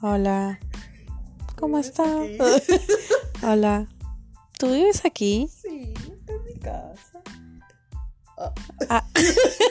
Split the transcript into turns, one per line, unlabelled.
Hola, ¿cómo
¿Vives
estás?
aquí?
Hola, ¿tú vives aquí?
Sí, está en mi casa.
Ah.